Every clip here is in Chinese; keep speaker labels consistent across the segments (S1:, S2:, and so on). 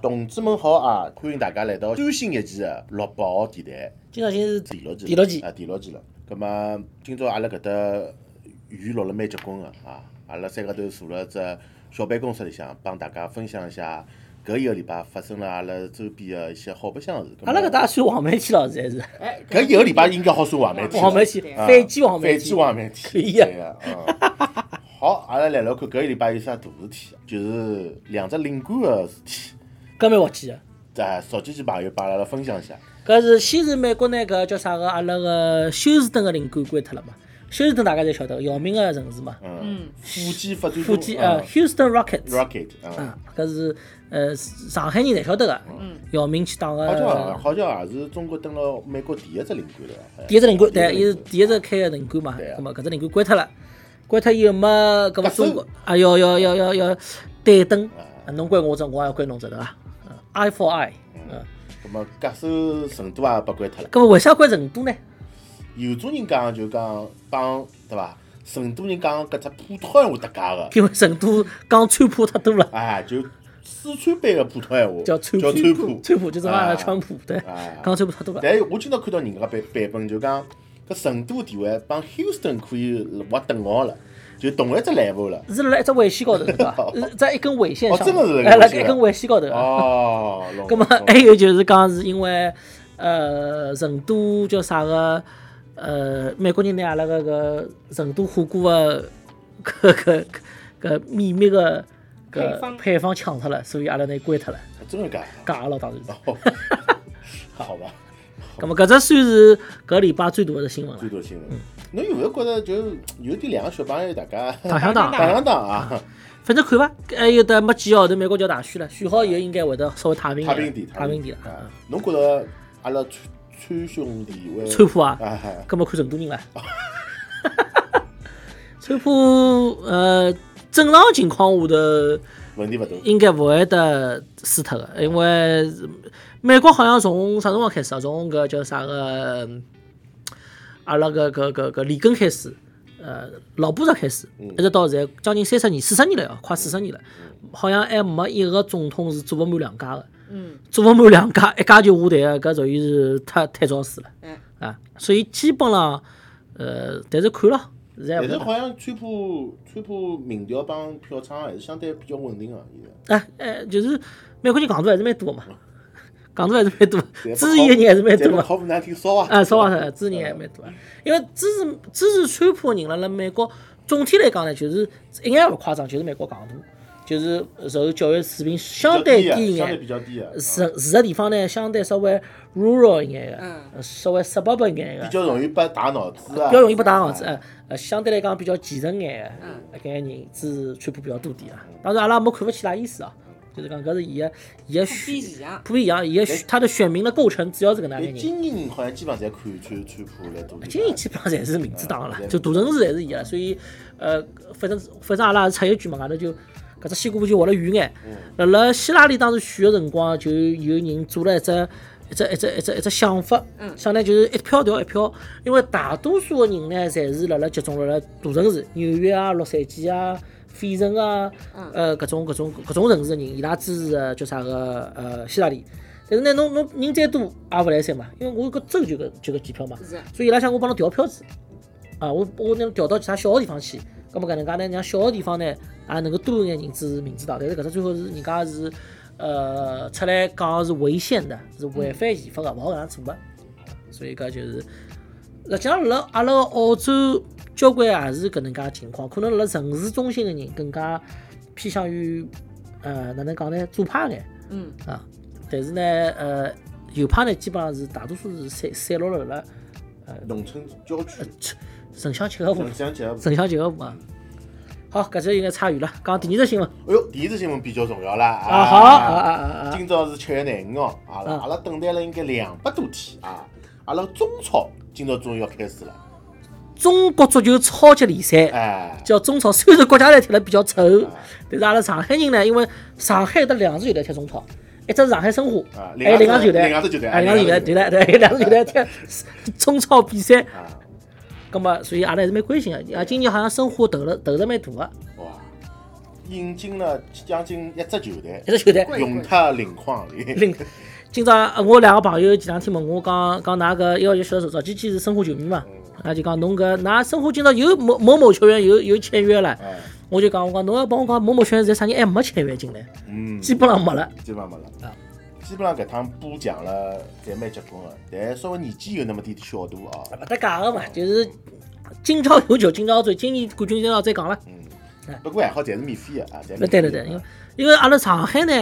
S1: 同志们好啊！欢迎大家来到最新一期的六八号电台，
S2: 今朝已经是
S1: 第六季了，
S2: 第六季
S1: 啊，第六季了。葛么，今朝阿拉搿搭雨落了蛮结棍个啊！阿拉三个头坐辣只小办公室里向，帮大家分享一下搿一个礼拜发生了阿拉周边的一些好白相事。葛么
S2: 阿拉搿搭算黄梅天了，实在是
S3: 哎，
S1: 搿一个礼拜应该好算黄梅天了，
S2: 黄梅天
S3: 对，
S1: 啊
S2: 反击黄梅
S1: 反击
S2: 天，
S1: 黄梅天，
S2: 可 以
S1: 对
S2: 啊
S1: 个。嗯好，阿拉来聊看搿一礼拜有啥大事体，就是两只领馆个事体。
S2: 搿蛮滑稽个。
S1: 在少几几朋友帮阿拉分享一下。
S2: 搿是先是美国那个叫啥个阿拉个休斯顿个领馆关脱了嘛，休斯顿大家侪晓得，姚明个城市嘛，
S1: 嗯，腹肌发展
S2: 腹肌呃 Houston Rockets。
S1: ，Rocket，嗯
S2: 啊，搿是呃上海人侪晓得个，姚明去打
S1: 嗯好
S2: 个
S1: 像好像也是中国登了美国第一只领馆了，哎好像
S2: 第一只领馆，对，
S1: 啊第
S2: 伊
S1: 一只
S2: 是
S1: 领
S2: 第一只开个领馆嘛。
S1: 对啊
S2: 葛末搿只领馆关脱了，关脱以后没搿
S1: 割
S2: 么
S1: 手
S2: 中国啊要要要要要对等，啊侬关我只，我也要关侬只对伐啊？Eye for eye，嗯。
S1: 那么隔手成都啊也被关脱了。
S2: 搿么为啥关成都呢？
S1: 有种人讲就讲帮对伐？成都人讲搿只普通闲话搭界个，
S2: 因为成都讲川普太多了，
S1: 哎，就四川版个普通闲话，
S2: 叫
S1: 川
S2: 川
S1: 叫
S2: 普
S1: 普，
S2: 川普就是阿
S1: 啊
S2: 拉川普对
S1: 啊，
S2: 讲川普太多了。
S1: 但我今朝看到人家版版本就讲，搿成都地位帮 Houston 可以划等号了，就同一只 level 了。
S2: 是辣一只纬线高头对 伐？是在一根纬线
S1: 哦
S2: 上，
S1: 真的是在
S2: 哎，辣
S1: 一根纬线
S2: 一根纬线高头。啊
S1: 哦，龙
S2: 葛么
S1: 龙
S2: 还有啊哎就是讲是因为呃成都叫啥个呃美国人拿阿拉搿个成都火锅个搿搿搿搿秘密个
S3: 配
S2: 搿
S3: 方
S2: 配方抢脱了，所以阿拉拿伊关脱了，
S1: 真个假的？
S2: 假个咯当然是。
S1: 哦好吧，
S2: 葛么搿只算是搿礼拜最大个新闻了
S1: 最，多新闻，
S2: 嗯
S1: 侬有没有觉得就有点两个小朋友大家
S2: 打相 打。
S1: 打相打啊？
S2: 反正看吧，还有得没几个号头，美国就要大选了，选好以后应该会得稍微太平
S1: 太
S2: 点
S1: 平点，
S2: 太平点了。
S1: 啊！侬觉得阿拉川川兄弟会
S2: 川普啊，
S1: 啊？哈
S2: 搿么看成都人 了。川普呃，正常情况下头
S1: 问题勿大，
S2: 应该勿会得输脱个，因为美国好像从啥辰光开始啊？从搿叫啥个嗯阿拉搿搿搿搿里根开始，呃，老布什开始，一直到现在将近三十年、四十年了要，快四十年了，好像还没一个总统是做勿满两家个。
S3: 嗯，
S2: 做勿满两家，一家就下台啊个，搿属于是太太早死了
S3: 嗯，
S2: 啊！所以基本浪，呃，但是看咯，现在也
S1: 但
S2: 勿
S1: 是
S2: 晓得
S1: 好像川普川普民调帮票仓还是相对比较稳定个，啊现在
S2: 哎哎，就是美国人戆大还是蛮多个 嘛，戆大还是蛮多的，
S1: 嗯但
S2: 支
S1: 不
S2: 持伊个人还是蛮
S1: 但
S2: 多
S1: 不
S2: 个。
S1: 靠谱难听，烧啊！
S2: 啊，说话是支持人还蛮多的，啊因为支持支持川普的人辣辣美国总体来讲呢，就是一眼勿夸张，就是美国戆大，就是受教育水平相对
S1: 比较
S2: 低
S1: 低
S2: 一
S1: 啊相对
S2: 眼
S1: 比。较低啊，
S2: 住住个地方呢，相对稍微 rural 一眼
S3: 嗯
S2: 个，稍微 suburb 一眼个，
S1: 比较容易被打脑子啊，
S2: 比较容易被打房
S3: 嗯
S2: 子，哎，呃，相对来讲比较虔诚眼的，搿眼人支持川普比较多点啊。当然，阿拉没看勿起他意思啊，就是讲搿是伊个伊个
S3: 不一
S2: 选
S3: 样。
S2: 普遍样，伊个选他的选民的构成主要是搿能
S1: 哎，
S2: 介眼人。
S1: 精英好像基本上侪看川川普来多一点。
S2: 今年基本上侪是民主党了
S1: 嗯
S2: 啦，就大城市侪是伊了，所以呃，反正反正阿拉也是插一句嘛，阿拉就搿只西瓜皮就活了远眼。辣辣希拉里当时选个辰光，就有人做了一只一只一只一只一只想法，想呢就是一票调一票，因为大多数个人呢，侪是辣辣集中辣辣大城市，纽约啊、洛杉矶啊。费城啊，呃，搿种搿种搿种城市个人，伊拉支持个叫啥个呃希拉里，但是呢，侬侬人再多也勿来三嘛，因为我搿州就搿就搿几票嘛，
S3: 是
S2: 所以伊拉想我帮侬调票子，啊，我我能调到其他小个地方去，葛末搿能介呢，让小个地方呢也能够多一眼人支持民主党，但是搿只最后是人家是呃出来讲是违宪的，是违
S3: 嗯
S2: 反宪法的，勿好搿能做个，所以搿就是。实际上，辣阿拉个澳洲交关也是搿能介情况，可能辣城市中心个人更加偏向于呃哪能讲呢，左派眼
S3: 嗯，
S2: 啊。但是呢，呃，右派呢，基本上是大多数是散散落辣辣
S1: 农村郊区，
S2: 城乡结合部
S1: 城，乡结合部。
S2: 城乡结合部啊。好，搿只应该差远了，讲第二只新闻
S1: 哎呦，第一则新闻比较重要啦！
S2: 啊。好啊啊啊啊！
S1: 今朝是七月廿五号，阿拉
S2: 啊
S1: 阿拉等待了应该两百多天啊！阿拉中超今朝终于要开始了，
S2: 中国足球超级联赛
S1: 哎，
S2: 叫中超，虽然国家队踢了比较丑，但是阿拉上海人呢，因为上海有得两支球队踢中超，一只是上海申花，
S1: 啊
S2: 还有另外一支球队，
S1: 另外一支球队
S2: 哎另外一支球队，对对，还有两支球队踢中超比赛。
S1: 啊，
S2: 啊咁么，所以阿拉还是蛮关心的。啊，今年好像申花投了投入蛮大的，
S1: 哇，引进了将近一只球队
S2: 一，只球队。
S1: 用他领框里，
S2: 另，今朝呃我两个朋友前两天问我讲讲㑚搿一个月晓得早期期是申花球迷嘛，那就讲侬搿㑚申花今朝有某某某球员有有签约了，
S1: 哎，
S2: 我就讲我讲侬要帮我讲某某球员现在啥人还哎没签约进来，
S1: 嗯，
S2: 基本上没了。
S1: 基本上没了
S2: 啊。
S1: 基本上搿趟补强了，侪蛮结棍个，但稍微年纪有那么点小大哦。
S2: 勿搭界个嘛，就是今朝有酒今朝醉，今年冠军今朝再讲了。
S1: 不过还好，侪是免费个啊，侪
S2: 那
S1: 免
S2: 对
S1: 费
S2: 啊对
S1: 的。
S2: 对，因为因为阿拉上海呢，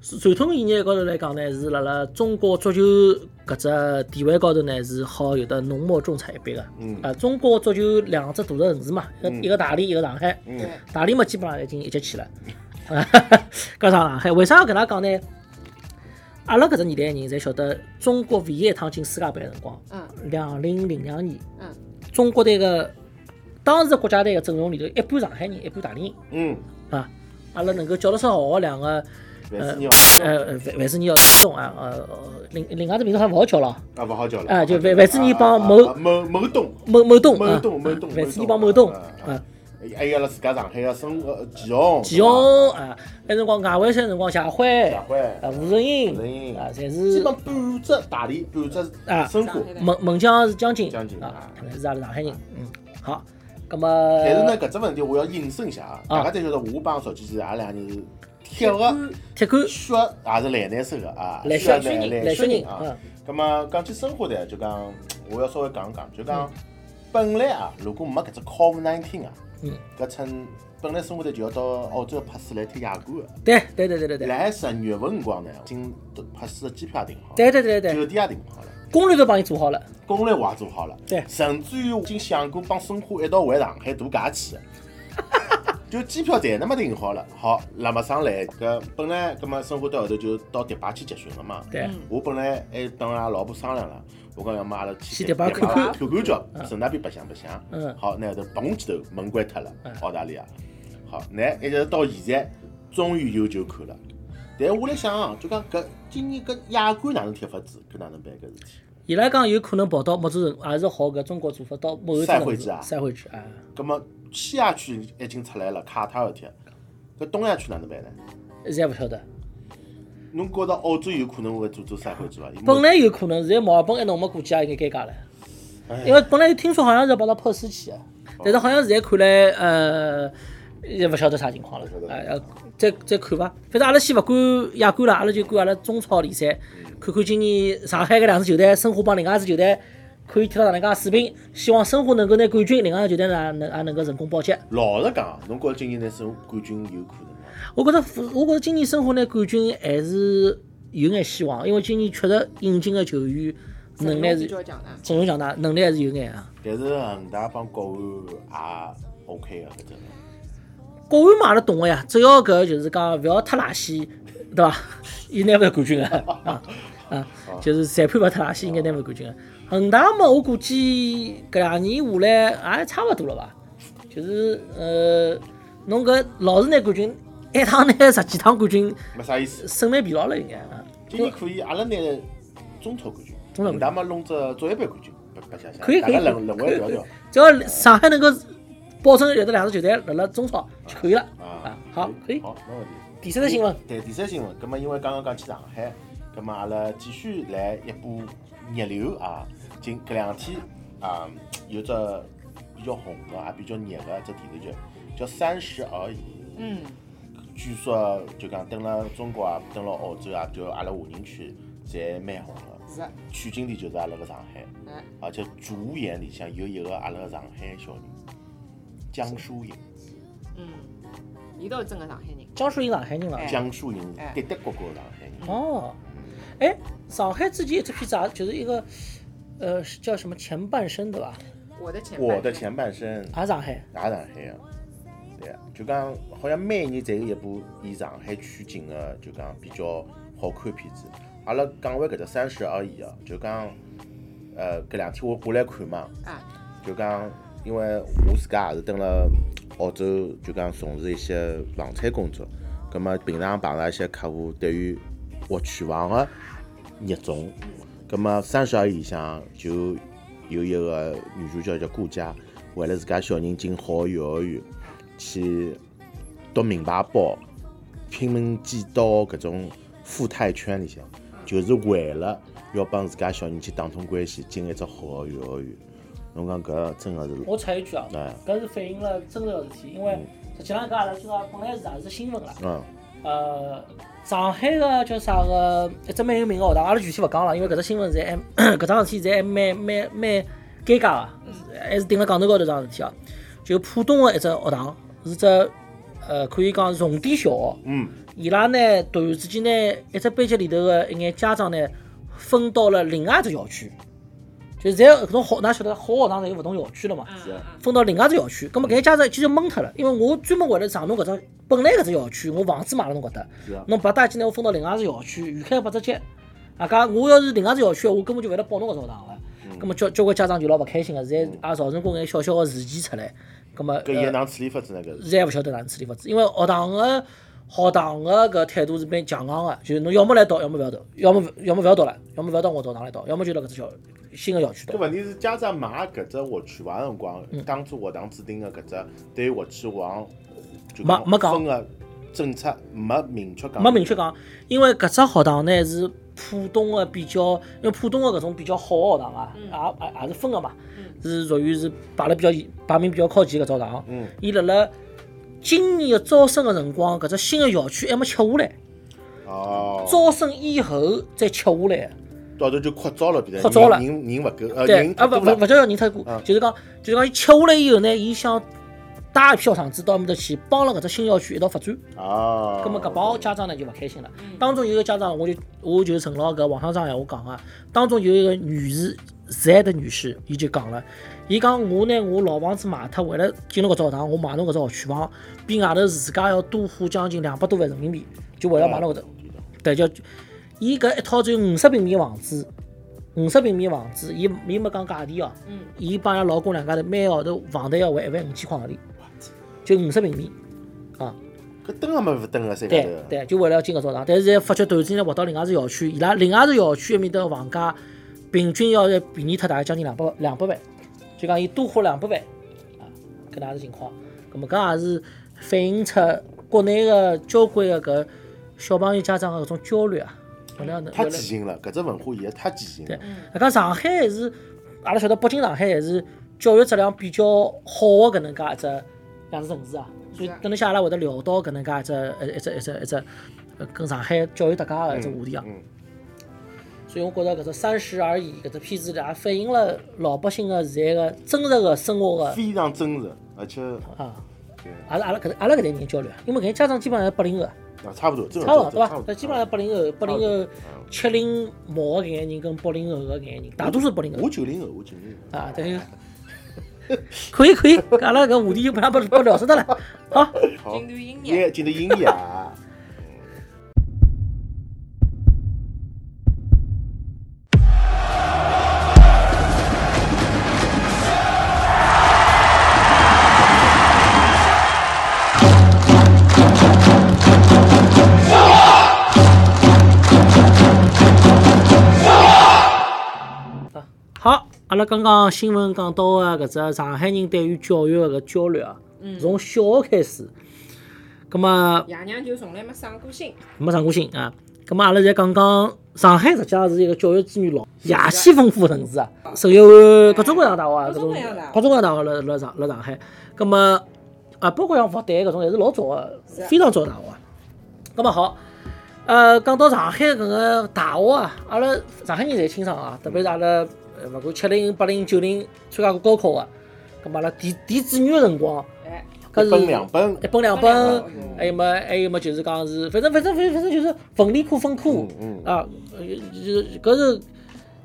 S2: 传统意义高头来讲呢，是辣辣中国足球搿只地位高头呢，是好有的浓墨重彩一笔个。
S1: 嗯
S2: 啊，中国足球两只大城市嘛，一个一个大连，一个上海。
S1: 嗯
S2: 大连嘛，基本上已经一级去了。 啊，搿上上海，为啥要搿能讲呢？阿拉搿只年代的人侪晓得，中国唯一一趟进世界杯的辰光，
S3: 嗯
S2: 两零零两年，
S3: 嗯
S2: 中国队个当时的国家队个阵容里头，一半上海人，一半大连人。
S1: 嗯，
S2: 啊，阿拉能够叫得上号的两个，
S1: 万斯尼奥
S2: 呃，万万斯尼奥东啊，呃，呃另另外只名字还勿好叫了，
S1: 啊，勿好叫了。
S2: 啊就
S1: 勿好叫
S2: 万
S1: 了
S2: 万斯尼帮
S1: 啊啊
S2: 某
S1: 啊某某东，
S2: 某某东
S1: 某
S2: 啊，
S1: 东某东
S2: 万斯尼
S1: 某东
S2: 帮某东
S1: 啊啊
S2: 啊，
S1: 还有阿拉自家上海个生呃活季红、
S2: 祁宏啊，那辰光外围赛辰光谢辉
S1: 大辉，
S2: 啊，吴承
S1: 吴承
S2: 英
S1: 英
S2: 啊，侪
S1: 基
S2: 是
S1: 本半只大连，半
S2: 啊
S1: 只生活。
S2: 门门将是江津
S1: 江津
S2: 啊
S1: 啊，
S2: 是阿拉上海人，嗯，好，那
S1: 但是
S2: 么
S1: 呢，搿只问题我要引申一下啊，大家侪晓得我帮邵主席，阿拉两个人是铁个。
S2: 铁杆
S1: 血也是蓝蓝色个啊，
S2: 嗯来
S1: 血
S2: 雪
S1: 呢
S2: 人，
S1: 蓝
S2: 来
S1: 血
S2: 雪
S1: 人
S2: 人
S1: 啊
S2: 啊。，
S1: 咁么讲起生活呢，就讲我要稍微讲一讲，就讲本来啊，如果没搿只 COVID 1 9啊，
S2: 嗯，
S1: 搿趁本来生活队就要到澳洲帕斯来踢亚冠啊个。
S2: 对对对对对对
S1: 辣海十二月份辰光呢，已经都帕斯的机票也订好了，
S2: 对对对对
S1: 酒
S2: 对，
S1: 店也订好了，
S2: 攻略都帮你做好了，
S1: 攻略我也做好了，
S2: 对
S1: 甚至于我已经想过帮申花一道回上海度假去 的。就机票侪那么订好了，好，那么上来搿本来搿么申花到后头就到迪拜去集训了嘛，
S2: 对，
S1: 我本来还跟阿拉老婆商量了，我讲要么阿拉去
S2: 去迪拜看看
S1: QQ 叫，顺那边白相白相。
S2: 嗯
S1: 好，那后头嘣几头门关脱了
S2: 嗯，
S1: 澳大利亚。好，那一直到现在，终于有球看了。但我来想啊，就讲搿今年搿亚冠哪能踢法子，搿哪能办搿事体？
S2: 伊拉讲有可能跑到某州城，也是好搿中国做法到某州
S1: 赛
S2: 城
S1: 会制啊
S2: 赛会制啊。
S1: 葛么西亚区已经出来了，卡塔尔踢，搿东亚区哪能办呢？
S2: 现在勿晓得，
S1: 侬觉着澳洲有可能会做做赛会制伐？
S2: 本来有可能，现在墨尔本一弄没估计也应该尴尬了
S1: 哎，
S2: 因为本来听说好像是要跑到珀斯去的，但是好像现在看来，呃，也勿晓得啥情况了
S1: 不晓，得
S2: 啊，要再再看吧。反正阿拉先勿管亚冠了，阿拉就管阿拉中超联赛，
S1: 嗯
S2: 看看今年上海搿两支球队，申花帮另外一支球队可以踢到哪能介水平，希望申花能够拿冠军，另外一支球队呢能也能够成功保级。
S1: 老实讲，啊侬觉着今年拿升冠军有可能伐？
S2: 我觉着，我觉着今年申花拿冠军还是有眼希望，因为今年确实引进的球员能力
S3: 嗯比
S2: 是
S3: 较强大。
S2: 阵容强大，能力还是有眼啊。
S1: 但是恒大帮国安也 OK 啊个搿只。
S2: 国安嘛，阿拉懂个呀，只要搿就是讲勿要太垃圾，对伐？伊拿勿到冠军个啊啊，就是裁判勿太垃圾，应该拿勿到冠军个。恒大嘛，我估计搿两年下来也差勿多了吧，就是呃，侬搿老是拿冠军，一趟拿十几趟冠军，
S1: 没啥意思。
S2: 审美疲劳了应该啊。
S1: 今年可以，阿拉拿中超冠军，
S2: 中超冠军
S1: 恒大嘛弄只足协杯冠军，白白相相，
S2: 可以
S1: 大
S2: 可以
S1: 家轮轮回调 调。
S2: 只要上海能够保证有得两支球队辣辣中超就可以了啊
S1: 啊。，
S2: 好，可以。
S1: 好，没问题。
S2: 第三则新闻，
S1: 对，第三新闻，葛么因为刚刚讲起上海，葛么阿拉继续来一波热流啊，近搿两天啊有只比较红个也比较热个一只电视剧叫《三十而已》。
S3: 嗯，
S1: 据说就讲登了中国啊，登了澳洲啊，就阿拉华人区侪蛮红个。
S3: 是，
S1: 取景地就是阿拉个上海，
S3: 哎，
S1: 而且主演里向有一个阿拉个上海小人，江疏影，
S3: 嗯，伊倒是真个上海人。
S2: 江疏影上海人了
S3: 哎。
S1: 江疏影
S3: 哎
S1: 是的的国国个上海人，
S2: 哦，哎，上海之前有这片子啊，就是一个呃是叫什么前半生对吧？
S3: 我的前，
S1: 我的，前半生也
S2: 也上海。
S1: 上海个，对啊，就讲好像每年侪有一部以上海取景个，就讲比较好看的片子。阿拉讲回搿只三十而已啊，就讲，呃，搿两天我过来看嘛，
S3: 啊，
S1: 就讲，因为我自家也是蹲辣澳洲，就讲从事一些房产工作，葛末平常碰到一些客户对于获取房个热衷，葛末啊三十而已里向就有一个女主角叫顾佳，为了自家小人进好幼儿园，去读名牌包、拼命挤到搿种富态圈里向，就是为了要帮自家小人去打通关系，进一只好的幼儿园。侬讲搿真的是
S2: 我插一句啊
S1: 哎，
S2: 搿是反映了真实个事体，因为实际上搿阿拉今朝本来是也是新闻啦。
S1: 嗯
S2: 呃，上海个叫啥个一只蛮有名个学堂，阿拉具体勿讲了，因为搿只新闻侪还 搿桩事体侪还蛮蛮蛮尴尬个，还是顶辣杠头高头桩事体啊。就浦东个一只学堂，是只呃可以讲是重点小学，
S1: 嗯，
S2: 伊拉呢突然之间呢，一只班级里头个一眼家长呢分到了另外一只校区，就现在搿种好，㑚晓得好学堂侪有勿同校区了嘛。
S3: 嗯
S1: 是啊
S2: 分到另外只校区，咁
S1: 嗯
S2: 么搿些家长其实懵脱了，因为我专门为了上侬搿只本来搿只校区，我房子买了侬搿搭，
S1: 是啊，
S2: 侬把大进来我分到另外只校区，预开八只节，啊，噶我要是另外只校区，我根本就勿会得报侬搿只学堂了。
S1: 嗯
S2: 咁啊么交交关家长就老勿开心个，现在啊也造成过眼小小个事件出来，咁么
S1: 搿伊
S2: 呃
S1: 哪能处理法子呢？搿是
S2: 现在勿晓得哪能处理法子，因为学堂个学堂个搿态度是蛮强硬个，就是侬要么来读，要么勿要读，要么勿要么勿要读了，要么勿要到我学堂来读，要么就辣搿只校新个校区读
S1: 搿。问题是家长买搿只学区房的辰
S2: 嗯
S1: 光，当初学堂制定的搿只对学区房就
S2: 没没讲
S1: 分个政策没明确讲，
S2: 没明确讲，因为搿只学堂呢是浦东个比较，因为浦东个搿种比较好个学堂啊，也也也是分个嘛，是属于是排了比较前排名比较靠前搿只学堂。
S1: 嗯，
S2: 伊辣辣今年个招生个辰光，搿只新个校区还没吃下来，
S1: 哦，
S2: 招生以后再吃下来。
S1: 到头就扩招了，变成
S2: 扩招了
S1: 人人人勿够，呃，
S2: 对
S1: 人，太
S2: 啊勿
S1: 多
S2: 勿勿
S1: 了，
S2: 叫叫人太多
S1: 嗯，
S2: 就是讲就是讲伊吃下来以后呢，伊想带一批学生子到埃面搭去，帮了搿只新校区一道发展。
S1: 哦，
S2: 咁么搿帮家长呢就勿开心了。当中有一个家长，我就我就承牢搿王校长闲话讲啊，当中有一个女士，Z 的女士，伊就讲了，伊讲我呢，我老房子卖脱，为了进入搿只学堂，我买侬搿只学区房，比外头自家要多花将近两百多万人民币，就为了买侬搿只，对，叫伊搿一套只有五十平米房子。五十平米房子，伊伊没讲价钿哦，
S3: 嗯
S2: 伊帮伊拉老公两家头每个号头房贷要还一万五千块行钿，就五十平米，啊，
S1: 搿蹲也没勿蹲个，三
S2: 对
S1: 个头，
S2: 对，就为了要进搿只学堂，但是现在发觉突然之间划到另外一只校区，伊拉另外一只校区埃面搭个房价平均要便宜脱大概将近两百两百万，就讲伊多花两百万啊，搿能样子情况，葛末搿也是反映出国内个交关个搿小朋友家长个搿种焦虑啊，为了能
S1: 太
S2: 为
S1: 畸
S2: 了
S1: 形了，搿只文化现在太畸形
S2: 对
S1: 了，，
S2: 那讲上海还是，阿拉晓得北京、上海还是教育质量比较好的搿能介一只两只城市啊。所以
S3: 是啊
S2: 等一下阿拉会得聊到搿能介一只一一只一只一只呃跟上海教育搭界个一只话题啊。
S1: 嗯，
S2: 所以我觉着搿只《三十而已》搿只片子里也反映了老百姓个现在个真实个生活个
S1: 非常真实，而且
S2: 啊
S1: 对。
S2: 阿拉阿拉搿阿拉搿代人交流啊，因为搿些家长基本上是八零后啊，
S1: 啊差不多，真的
S2: 差勿多
S1: 真
S2: 对
S1: 的
S2: 伐
S1: 差不？多，
S2: 搿基本上是八零后、八零后、七零末个搿眼人跟八零后个搿眼人，大多数是八零后。
S1: 我九零后，我九零后，
S2: 啊，对， 可以可以，阿拉搿话题就不让不不聊死脱了。好，
S1: 好，
S3: 进入阴
S1: 也
S3: 影，
S1: 进入阴影 啊。
S2: 好，阿拉刚刚新闻讲到个搿只上海人对于教育个搿焦虑啊，从小学开始，葛末
S3: 爷娘就从来没省过心，
S2: 没上过心啊。葛末阿拉现在讲讲上海，实际上是一个教育资源老野气丰富个城市啊，实有各种各样的大学啊，
S3: 各
S2: 各
S3: 种
S2: 种
S3: 各样的大学
S2: 各种各样的大学辣辣上辣上海。葛末啊，包括像复旦搿种，侪是老早个，
S3: 是
S2: 非常早的大学啊。葛末好，呃，讲到上海搿个大学啊，阿拉上海人侪清爽啊，特别是阿拉呃勿管七零、八零、九零参加过高考个，葛末阿拉填填志愿个辰光，
S3: 哎，
S2: 搿
S1: 一本
S2: 是
S1: 两本，
S2: 一本两本
S3: 一本两本，
S2: 还有么还有么就是讲是，反正反正反正反正就是文理科分科
S1: 嗯
S2: 啊，呃就是搿是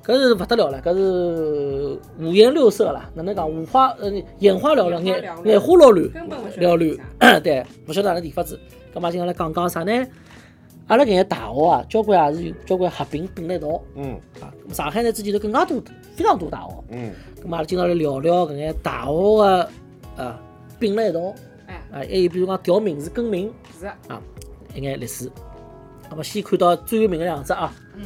S2: 搿是勿得了了，搿是五颜六色了，哪能讲五花呃眼花缭乱，眼
S3: 眼花缭
S2: 眼花缭
S3: 乱
S2: 乱，
S3: 根本勿晓
S2: 缭
S3: 得是啥
S2: 乱， 对，勿晓得哪能地法子。咁嘛，今朝来讲讲啥呢？阿拉搿眼大学啊，交关也是有交关合并并辣一道
S1: 嗯
S2: 啊。咁上海呢，之前头更加多非常多大学。
S1: 嗯，
S2: 咁嘛，阿拉今朝来聊聊搿眼大学个啊并辣一道。
S3: 哎，
S2: 啊，还有比如讲调名字、更名
S3: 是，
S2: 啊，一眼历史。那么先看到最有名的两只啊，
S3: 嗯，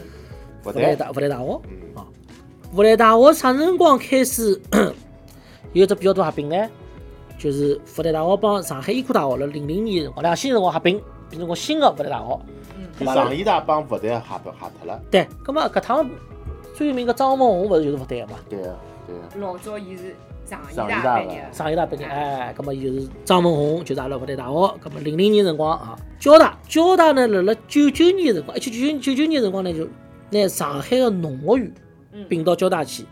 S1: 勿
S2: 复旦
S1: 对，
S2: 大复旦大学
S1: 嗯
S2: 啊， 复旦大学啥辰光开始有一只比较多合并呢？就是复旦大学帮上海医科大学辣零零年辰光，两千年辰光合并，变成个新个复旦大学。
S1: 就上医大帮复旦合合脱了，
S2: 对，葛末搿趟最有名个张文宏勿是就是复旦个嘛？
S1: 对啊对啊，
S3: 老早伊是上医
S1: 上医
S3: 大
S1: 大
S3: 毕业
S1: 的，
S2: 上一大毕业，哎，葛末伊就是张文宏，就是阿拉复旦大学。葛末零零年辰光啊，交大，交大呢，辣辣九九年辰光，一九九九九年辰光呢，就拿上海个农学院
S3: 嗯
S2: 并到交大去。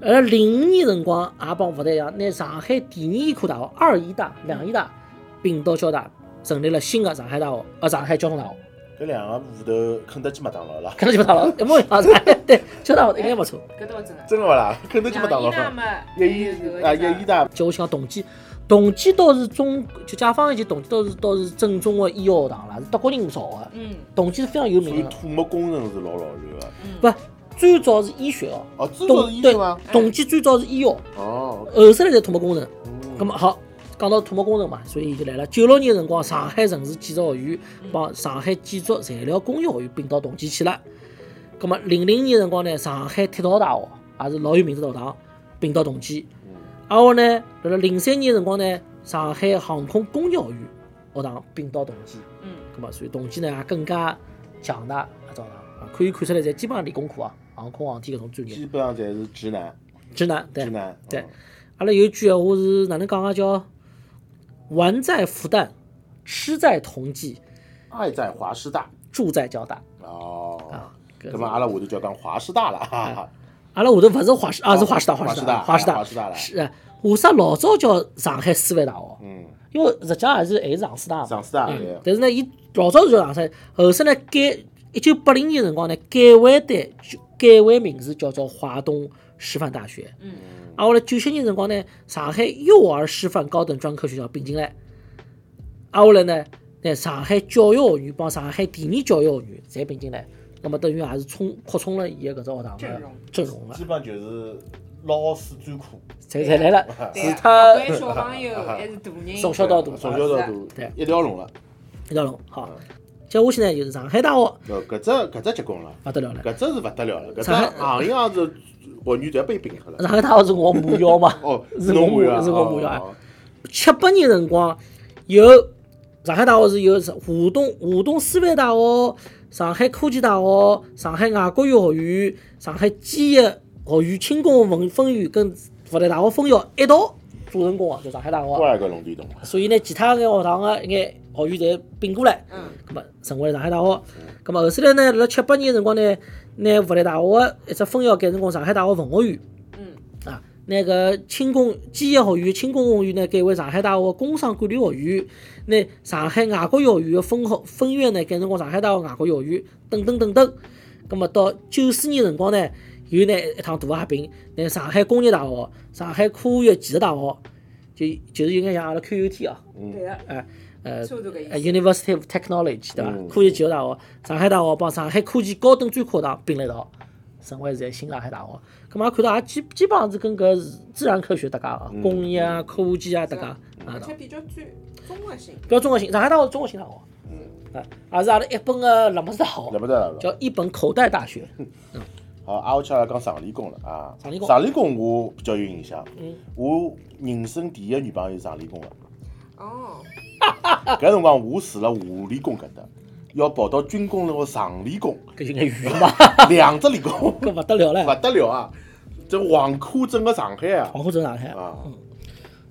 S2: 而零五年辰光，也帮复旦一样，拿上海第二医科大学二医大、两医大并到交大，成立了新的上海大学，呃，上海交通大学。
S1: 搿两个部头肯德基麦当劳了，
S2: 搿能就勿打了，一模一样，上海 对交大学应该勿错。
S3: 搿倒真的。
S1: 真个勿啦？肯德基麦当劳
S3: 上医大
S1: 好，
S3: 嘛，
S1: 一
S3: 还有搿
S1: 医
S3: 个
S1: 啊
S3: 叫啥
S1: 一医大
S2: 叫我想同济，同济倒是中就解放以前同济倒是倒是正宗的医药学堂啦，是德国人造的。
S3: 嗯
S2: 同济是非常有
S1: 所
S2: 名
S1: 以
S2: 的，
S1: 土木工程是老老卵个，
S3: 嗯，
S2: 不最早是医学哦，
S1: 哦，最早是
S2: 同
S1: 医
S2: 对
S1: 生吗？
S2: 同济最早是医药，
S1: 哦，
S2: 后头来才土木工程。
S1: 嗯
S2: 咁么好，讲到土木工程嘛，所以就来了。九六年辰光，上海城市建造学院
S1: 嗯
S2: 帮上海建筑材料工业学院并到同济去了。咁么零零年辰光呢，上海铁道大学也是老有名的学堂，并到同济。
S1: 嗯
S2: 挨下呢，辣辣零三年辰光呢，上海航空工业学院学堂并到同济。
S3: 嗯
S2: 咁么所以同济呢也更加强大一只学堂啊，可以看出来，侪基本上理工科啊，航空航天搿种专业
S1: 基本上侪是直男，
S2: 直男对
S1: 直。男，
S2: 对
S1: 嗯
S2: 阿拉有一句闲话是哪能讲啊？叫“玩在复旦，吃在同济，
S1: 爱在华师大，
S2: 住在交大
S1: 哦
S2: 啊，”搿是。
S1: 那么阿拉下头就要讲华师大了，哈哈，
S2: 阿拉下头勿是华师啊，是华师大，
S1: 哦华
S2: 师
S1: 大，哎
S2: 华师
S1: 华
S2: 大
S1: 师大了，
S2: 是。华师大老早叫上海师范大学，
S1: 嗯，
S2: 因为实际上还是还是上师大嘛。
S1: 上师大
S2: 嗯
S1: 对，
S2: 但是呢，伊老早是叫上师大，后身呢改，一九八零年辰光呢改为的改为名字叫做华东师范大学。
S3: 嗯
S2: 啊，后来九七年辰光呢，上海幼儿师范高等专科学校并进来。啊，后来呢，那上海教育学院帮上海第二教育学院侪并进来，那么等于也是充扩充了伊个搿只学堂
S3: 阵
S2: 的
S3: 容
S2: 阵容了
S1: 基，本上就是老师专科，
S2: 侪侪来了，
S3: 对
S2: 除
S3: 啊，
S2: 脱
S3: 不管小朋友还是大人，
S2: 从小到大
S1: 从小到大
S2: 对，
S1: 一条龙了，
S2: 一条龙。好，接下去呢就是上海大学，
S1: 哦，搿只搿只结棍了。
S2: 勿得了了。
S1: 搿只是勿得了了，搿只
S2: 上海
S1: 行业行是学员侪被并合了。，
S2: 上海大学是我母校嘛
S1: 哦，
S2: 是
S1: 侬
S2: 我母
S1: 管啊
S2: 是我母校。
S1: 哦
S2: 啊。七八年辰光有上海大学是有是华东华东师范大学、上海科技大学、上海外国语学院、上海机械学院轻工分分院跟复旦大学分校一道组成功啊，就上海大学。
S1: 怪搿龙地洞啊！
S2: 所以呢，其他眼学堂个一眼学院侪并过来，
S3: 嗯，
S2: 咁么成为了上海大学。咁么后头来呢，辣辣七八年辰光呢，拿复旦大学个一只分校改成功上海大学文学院。
S3: 嗯
S2: 啊，那个轻工机械学院、轻工学院呢，改为上海大学工商管理学院；那上海外国语学院的分校分院呢，改成过上海大学外国语学院，等等等等。那么到九四年辰光呢，又呢一趟大合并，那上海工业大学、上海科学技术大学，就就是有眼像阿拉 QUT 啊，
S3: 对个，
S2: 哎、呃，
S3: 差不多搿
S2: 呃
S3: 意思。
S2: University of Technology 对伐
S1: 嗯？
S2: 科技技术大学、上海大学帮上海科技高等专科学堂并了一道，成为现在新上海大学。咁嘛，看到也基基本上是跟搿自然科学搭界啊，工业啊、科技啊搭界啊
S3: 而
S2: 道
S3: 且。比较专综合性，
S2: 比较中国性，上海大学是中国性大学，啊，也是阿拉一本个冷门大
S1: 那
S2: 学，
S1: 么得了。
S2: 叫一本口袋大学。
S1: 好，挨下去阿拉讲上理工了啊。
S2: 上理工
S1: 上理工我比较有印象
S2: 嗯。
S1: 我人生第一个女朋友是上理工的，
S3: 哦，
S2: 啊
S1: 搿辰光我住了华理工搿搭，要跑到军工路上理 工，
S2: 搿就眼远嘛，
S1: 两只理工
S2: 搿勿得了 唻
S1: 勿。得了啊！这横跨整个上海啊
S2: 黄。浦镇上海啊
S1: 啊，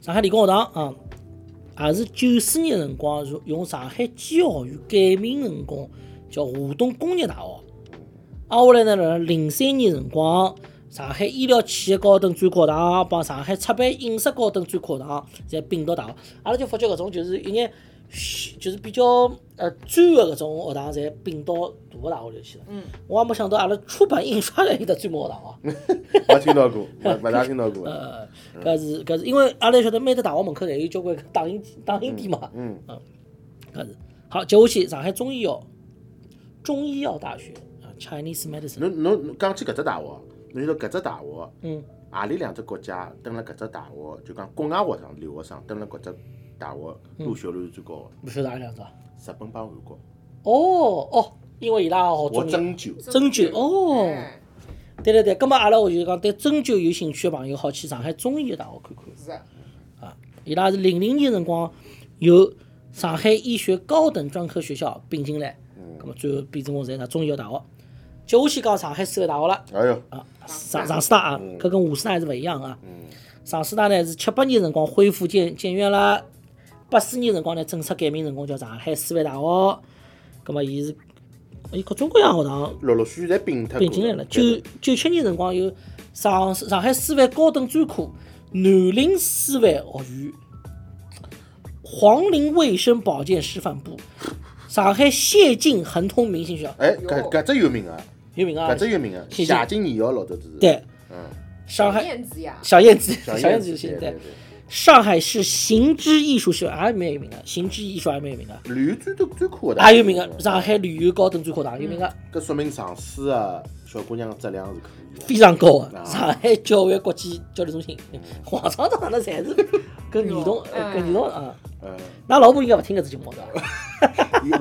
S2: 上海理工学堂啊，也是九四年辰光用用上海机械学院改名辰光叫华东工业大学。啊，后来呢，辣零三年辰光，上海医疗企业高等专科学堂帮上海出版印刷高等专科学堂侪并到大学。阿拉就发觉搿种就是一眼虚，就是比较呃专个搿种学堂侪并到大个大学里去了。
S3: 嗯，
S2: 我也没想到阿拉出版印刷也有得专门学堂哦。
S1: 没听到过，没没大听到过。
S2: 呃，
S1: 嗯
S2: 搿是搿是，因为阿拉晓得每只大学门口侪有交关打印打印店嘛，
S1: 嗯，
S2: 搿是。好，接下去上海中医药中医药大学啊，Chinese medicine，
S1: 侬侬侬讲起搿只大学，侬晓得搿只大学。
S2: 嗯，
S1: 何里两只国家登了搿只大学，就讲国外学生留学生登了搿只大学
S2: 嗯
S1: 录取率是最高
S2: 勿晓得阿里两只啊。
S1: 的？日本帮韩国。
S2: 哦哦，因为伊拉好
S1: 我
S2: 中医。
S1: 针灸，
S2: 针灸哦
S3: 哎
S2: 对对对，葛末阿拉我就讲对针灸有兴趣的朋友好去上海中医药大学看看。
S3: 是的，
S2: 伊拉是零零年辰光由上海医学高等专科学校并进来，
S1: 嗯
S2: 葛末最后变成我现在中医药大学。接下去讲上海四个大学了。
S1: 哎哟，
S2: 啊，上上师大啊，搿跟武师大还是勿一样啊。上师大呢是七八年辰光恢复建建院了，八四年辰光呢正式改名成功叫上海师范大学。葛么伊是，伊各种各样学堂
S1: 陆陆续续侪并脱过
S2: 并进来了。九九七年辰光有上上海师范高等专科、南宁师范学院、黄陵卫生保健师范部、上海谢晋恒通明星学校，
S1: 哎，搿搿只有名啊，
S2: 有名啊
S1: 搿。只有名啊，
S2: 谢谢
S1: 夏金艺校老早子是。
S2: 对，
S1: 嗯，
S2: 上海
S3: 燕哎子呀，
S2: 小燕子，小
S1: 燕
S2: 燕子
S1: 对
S2: 现
S1: 对
S2: 在。
S1: 对，
S2: 上海市行知艺术学院也蛮有名的，行知艺术也蛮有名的，
S1: 旅游最多最酷的。
S2: 也有名啊的。上海旅游高等专科大学有名的，
S1: 搿说明上师啊，小姑娘质量是可以的。
S2: 非常高的。
S1: 啊
S2: 上海教育国际交流中心，黄厂长那侪是 跟女同
S1: 哎
S2: 呃跟女同啊，
S1: 嗯，
S2: 那老婆应该勿听搿只节目是 吧？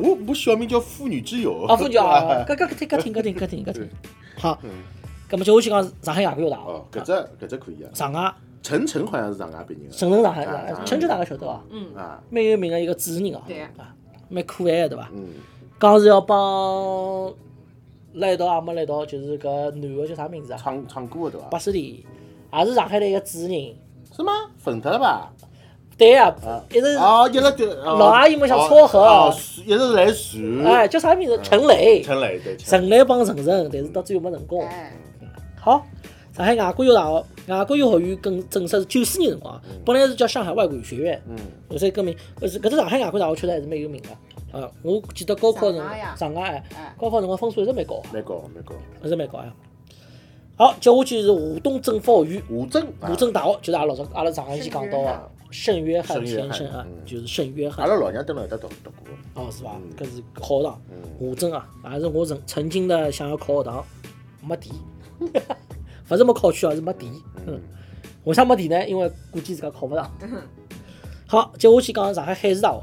S1: 我我小名叫妇女之友。
S2: 啊，副教，啊，搿搿搿听搿听搿听搿听搿听。好，葛么接下去讲上海外国语大
S1: 嗯哦，
S2: 学
S1: 搿，只搿只可以啊
S2: 啊。上海
S1: 陈晨好像是上海毕业的。
S2: 沈腾上海
S1: 啊
S2: 上海，
S1: 啊
S2: 陈州大家晓得伐？
S3: 嗯，
S1: 啊，
S2: 蛮有名的一个主持人啊
S3: 对啊，
S2: 啊，蛮可爱的对伐？
S1: 嗯，
S2: 讲是要帮来一道，阿没来一道，就是搿男个叫啥名字啊？
S1: 唱唱歌的对伐
S2: 八？十里，也啊是上海的一个主持人。
S1: 是吗？粉脱了吧？
S2: 对呀
S1: 啊，
S2: 一直
S1: 哦，一直对
S2: 老阿姨们想撮合
S1: 哦，哦一直来传。
S2: 哎叫啥名字？陈磊，
S1: 陈磊对，陈
S2: 陈磊帮陈晨，但是到最后没成功。
S3: 哎，
S2: 好，上海外国语大学，外国语学院更正式是九四年辰光啊，本来是叫上海外国语学院，
S1: 嗯，
S2: 后头更名，搿是搿只上海外国语大学确实还是蛮有名的。啊，我记得高考辰
S3: 上海呀
S2: 上海
S3: 哎
S2: 哎，高考辰光分数一直蛮高，
S1: 蛮高蛮高。
S2: 一直蛮高呀。好，接下去是华东政法学院。
S1: 吴镇，
S2: 武镇大学就是阿拉老早阿拉上一期讲到个圣约翰先生
S1: 啊圣约
S2: 啊
S1: 翰嗯，
S2: 就是圣约
S1: 阿
S2: 翰
S1: 拉老娘蹲辣搿搭读读过。
S2: 哦，是伐
S1: 嗯？
S2: 搿是好学堂，武镇啊，也是我曾曾经的想要考学堂，没第，勿是没考取啊，是没第。嗯，为啥没第呢？因为估计自家考勿上。好，接下去讲上海海事大学，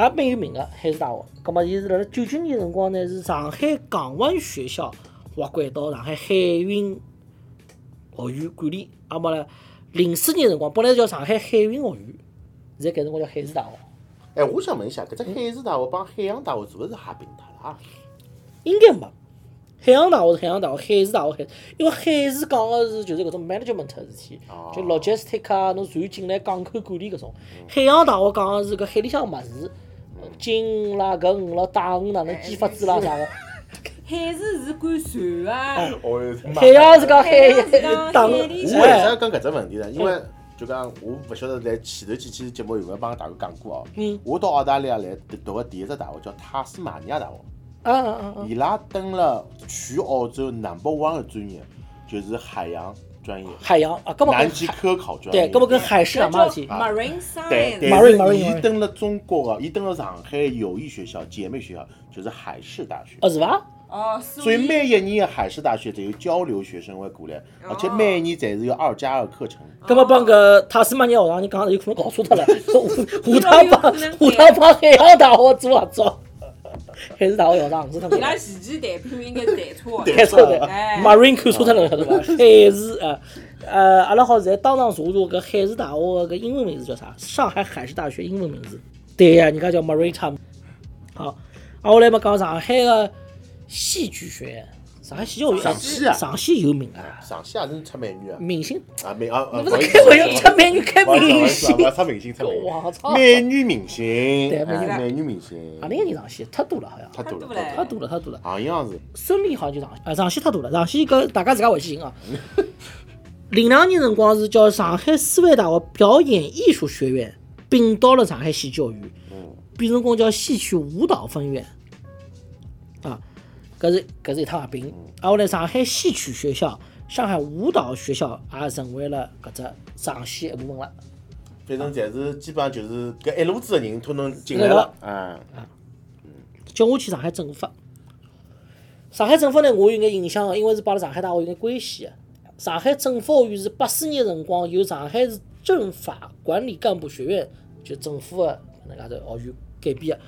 S2: 也蛮有名个海事大学。葛末伊是辣辣九九年辰光呢，是上海港湾学校划归到上海海运学院管理。阿么呢，零四年辰光本来是叫上海海运学院，现在改成我叫海事大学。
S1: 哎，我想问一下，搿只海事
S2: 嗯
S1: 大学帮海洋大学是勿是合并脱了啊？
S2: 应该没。海洋大学是海洋大学，海事大学海，因为海事讲个是就是搿种 management 的事体
S1: 哦，
S2: 就 logistic 啊，侬船进来港口管理搿种。海洋大学讲个是搿海里向物事，呃金啦、搿鱼啦、带鱼哪能
S3: 哎
S2: 激发子啦啥个。
S3: 海事是管船啊，
S1: 哦，
S2: 海洋是讲海
S3: 海洋是讲
S2: 带
S3: 海
S2: 鱼
S3: 里
S1: 我
S3: 向
S1: 为
S2: 哎
S1: 啥讲搿只问题呢？因为
S2: 嗯
S1: 就讲我勿晓得在前头几期节目有没有帮大家讲过哦。
S2: 嗯
S1: 我到澳大利亚来读读个第一只大学叫塔斯马尼亚大学，
S2: 啊啊啊啊！
S1: 伊拉登了全澳洲 number one 的专业，就是海洋专业，
S2: 海洋啊，搿么
S1: 南
S2: 跟
S1: 极科考专业。
S2: 对，搿么跟海事
S3: 搿
S2: 两码事体
S3: 叫。marine 啊
S1: 对，
S3: science，
S1: 但
S2: 马瑞
S1: 是
S2: 马瑞马瑞
S1: 伊登了中国啊个，伊登了上海友谊学校姐妹学校，就是海事大学。
S2: 哦，是伐？
S3: 哦，
S1: 所以每一年海事大学侪有交流学生会过来，而且每一年侪是有二加二课程。
S2: 搿么帮搿塔斯马尼亚学堂人讲有可能搞错脱了， 下趟帮
S3: 有
S2: 下
S3: 可能
S2: 趟帮海洋大学做合作，海事大学校长是他
S3: 伊
S2: 们。
S3: 拉前期代表应该是代错 的，
S2: 开错
S1: 哦
S2: 的
S3: 哎
S2: ，Marine 看错脱了，晓得伐？海事啊，呃，阿拉好现在当场查查搿海事大学搿英文名字叫啥？上海海事大学英文名字。对呀、人家叫 Maritime。好，啊，我来嘛讲上海个戏剧学院，上海戏剧学院，
S1: 上戏啊
S2: 上戏有名啊，
S1: 上戏也真出美女啊！
S2: 明星，
S1: 啊，美啊啊！
S2: 嗯不是开玩笑，出美女开明星，
S1: 不要出明星，出
S2: 我操
S1: 美女明星，
S2: 对美女
S1: 哎美女明星，
S2: 啊，那个人上戏太多了，好像
S1: 太多
S3: 太多
S1: 了啊
S3: 了，
S2: 太多了，太多了。
S1: 好像是
S2: 孙俪好像就上啊上戏太多了，上戏搿大家自家回去寻 啊。零两年辰光是叫上海师范大学表演艺术学院并到了上海戏剧学院，变成功叫戏曲舞蹈分院。啊，搿是搿是一趟合并。啊，后来上海戏曲学校、上海舞蹈学校也成为了搿只上戏一部分了。
S1: 反正侪是基本上就是搿一路子的人，统统进来了，啊，
S2: 叫我去上海政法。上海政法呢，我有眼印象个，因为是帮了上海大学有眼关系个。上海政法学院是八四年辰光由上海市政法管理干部学院，就政府个搿能介只学院改编个。